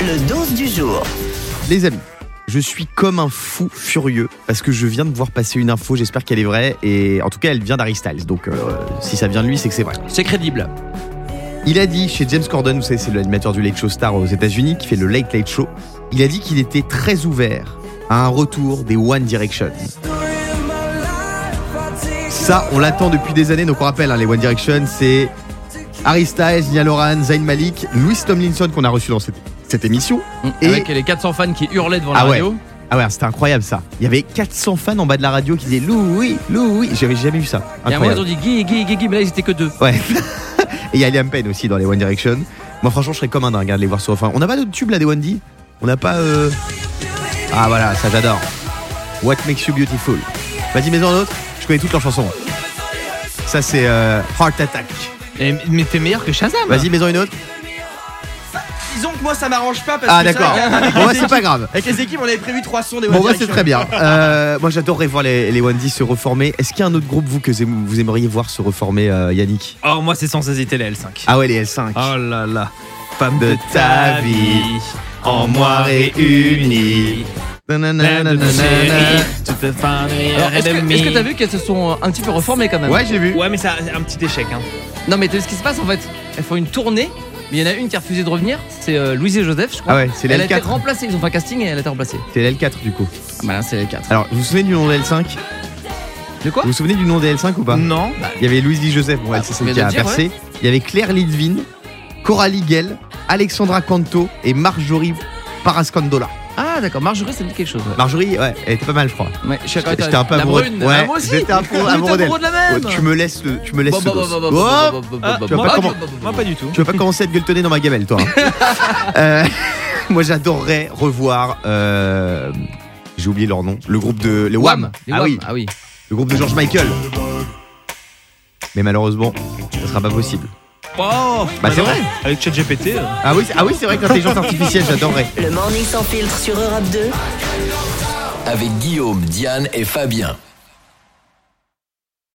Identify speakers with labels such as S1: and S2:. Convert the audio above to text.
S1: Le dose du jour.
S2: Les amis, je suis comme un fou furieux parce que je viens de voir passer une info, j'espère qu'elle est vraie, et en tout cas elle vient d'Harry Styles, donc euh, si ça vient de lui, c'est que c'est vrai.
S3: C'est crédible.
S2: Il a dit chez James Corden, vous savez, c'est l'animateur du Late Show Star aux États-Unis qui fait le Late Late Show, il a dit qu'il était très ouvert à un retour des One Direction. Ça, on l'attend depuis des années, donc on rappelle, hein, les One Direction, c'est Harry Styles, Nia Loran, Zayn Malik, Louis Tomlinson qu'on a reçu dans cette, cette émission. Et-
S3: Mm, Avec les 400 fans qui hurlaient devant la
S2: Ah ouais.
S3: radio.
S2: Ah ouais, c'était incroyable ça. Il y avait 400 fans en bas de la radio qui disaient Louis, Louis. J'avais jamais vu ça.
S3: Et à un moment,
S2: Incroyable.
S3: ils ont dit Guy, Guy, Guy, Guy, mais là, ils étaient que deux.
S2: Ouais. Et il y a Liam Payne aussi dans les One Direction. Moi, franchement, je serais comme un dingue hein, de les voir sur enfin, On n'a pas d'autres tubes là des One D On n'a pas. euh, Ah voilà, ça j'adore. What Makes You Beautiful. Vas-y, mais en d'autres. Je connais toutes leurs chansons. Ça, c'est euh, Heart Attack.
S3: Et- mais t'es meilleur que Shazam.
S4: Bah,
S2: Vas-y, mais en une autre.
S5: Disons que moi ça m'arrange pas parce
S2: Ah,
S5: que
S2: d'accord.
S5: ça,
S2: Bon, bah, c'est pas grave.
S5: avec les équipes on avait prévu trois sons des
S2: Bon,
S5: One
S2: bah, c'est
S5: Direction.
S2: très bien. Euh, moi, j'adorerais voir les, les One D se reformer. Est-ce qu'il y a un autre groupe, vous, que vous vous aimeriez voir se reformer, euh, Yannick
S4: Oh, moi, c'est sans hésiter les L5.
S2: Ah ouais, les L5.
S4: Oh là là. Femme
S2: De ta vie, en moi réunie.
S4: Pleine de chérie,
S2: Ouais,
S4: tu te fends de rire
S3: Alors,
S4: et
S3: est-ce
S4: de
S3: que-
S4: mie.
S3: est-ce que t'as vu qu'elles se sont euh, un petit peu reformées quand même
S2: j'ai vu.
S4: Ouais, mais ça, c'est un petit échec. Hein.
S3: Non, mais t'as vu ce qui se passe en fait Elles font une tournée, mais il y en a une qui a refusé de revenir, c'est euh, Louise et Joseph, je crois.
S2: Ah ouais, c'est
S3: elle a été
S2: l'L4.
S3: remplacée, ils ont fait un casting et elle a été remplacée.
S2: C'est l'L4 du coup.
S3: Ah, bah là, c'est les 4.
S2: Alors, vous vous souvenez du nom des L5
S3: De quoi
S2: Vous vous souvenez du nom des L5 ou pas
S4: Non.
S2: Il y avait Louise Lee Joseph, bon,
S3: Ah,
S2: elle, c'est celle
S3: mais
S2: qui
S3: de
S2: a
S3: dire,
S2: percé. Il y avait Claire Lidvin, Coralie Gell, Alexandra Canto et Marjorie Parascandola.
S3: Ah, d'accord, Marjorie, ça me dit quelque chose. ouais.
S2: Marjorie, ouais, elle était pas mal, je crois.
S3: Ouais, je suis d'accord avec toi.
S2: J'étais un peu
S3: La
S2: amoureux.
S3: brune.
S2: Ouais,
S3: Ah, moi aussi.
S2: j'étais un peu
S3: J'étais
S2: amoureux
S3: amoureux
S2: d'elle.
S3: de la même.
S2: Ouais, Tu me laisses le, tu me laisses
S3: Bon,
S2: ce
S3: bon,
S2: dos.
S3: bon, bon,
S2: Oh,
S3: bon, bon, bon,
S4: Ah,
S3: bon,
S2: tu vas
S3: bon,
S2: pas
S3: bon,
S2: comment-
S3: bon, bon,
S4: Moi,
S3: bon.
S4: pas du tout.
S2: Tu veux pas commencer à te gueuletonner dans ma gamelle, toi. hein. Euh, moi, j'adorerais revoir. euh, J'ai oublié leur nom. Le groupe de. Les Wham.
S3: Wham, les
S2: Ah
S3: Wham,
S2: oui,
S3: ah oui.
S2: le groupe de George Michael. Mais malheureusement, ça sera pas possible.
S4: Oh,
S2: Bah, c'est
S4: non.
S2: vrai.
S4: Avec ChatGPT. euh.
S2: Ah oui, c'est- ah oui c'est vrai que l'intelligence artificielle, j'adorerais.
S1: Le morning sans filtre sur Europe 2.
S6: Avec Guillaume, Diane et Fabien.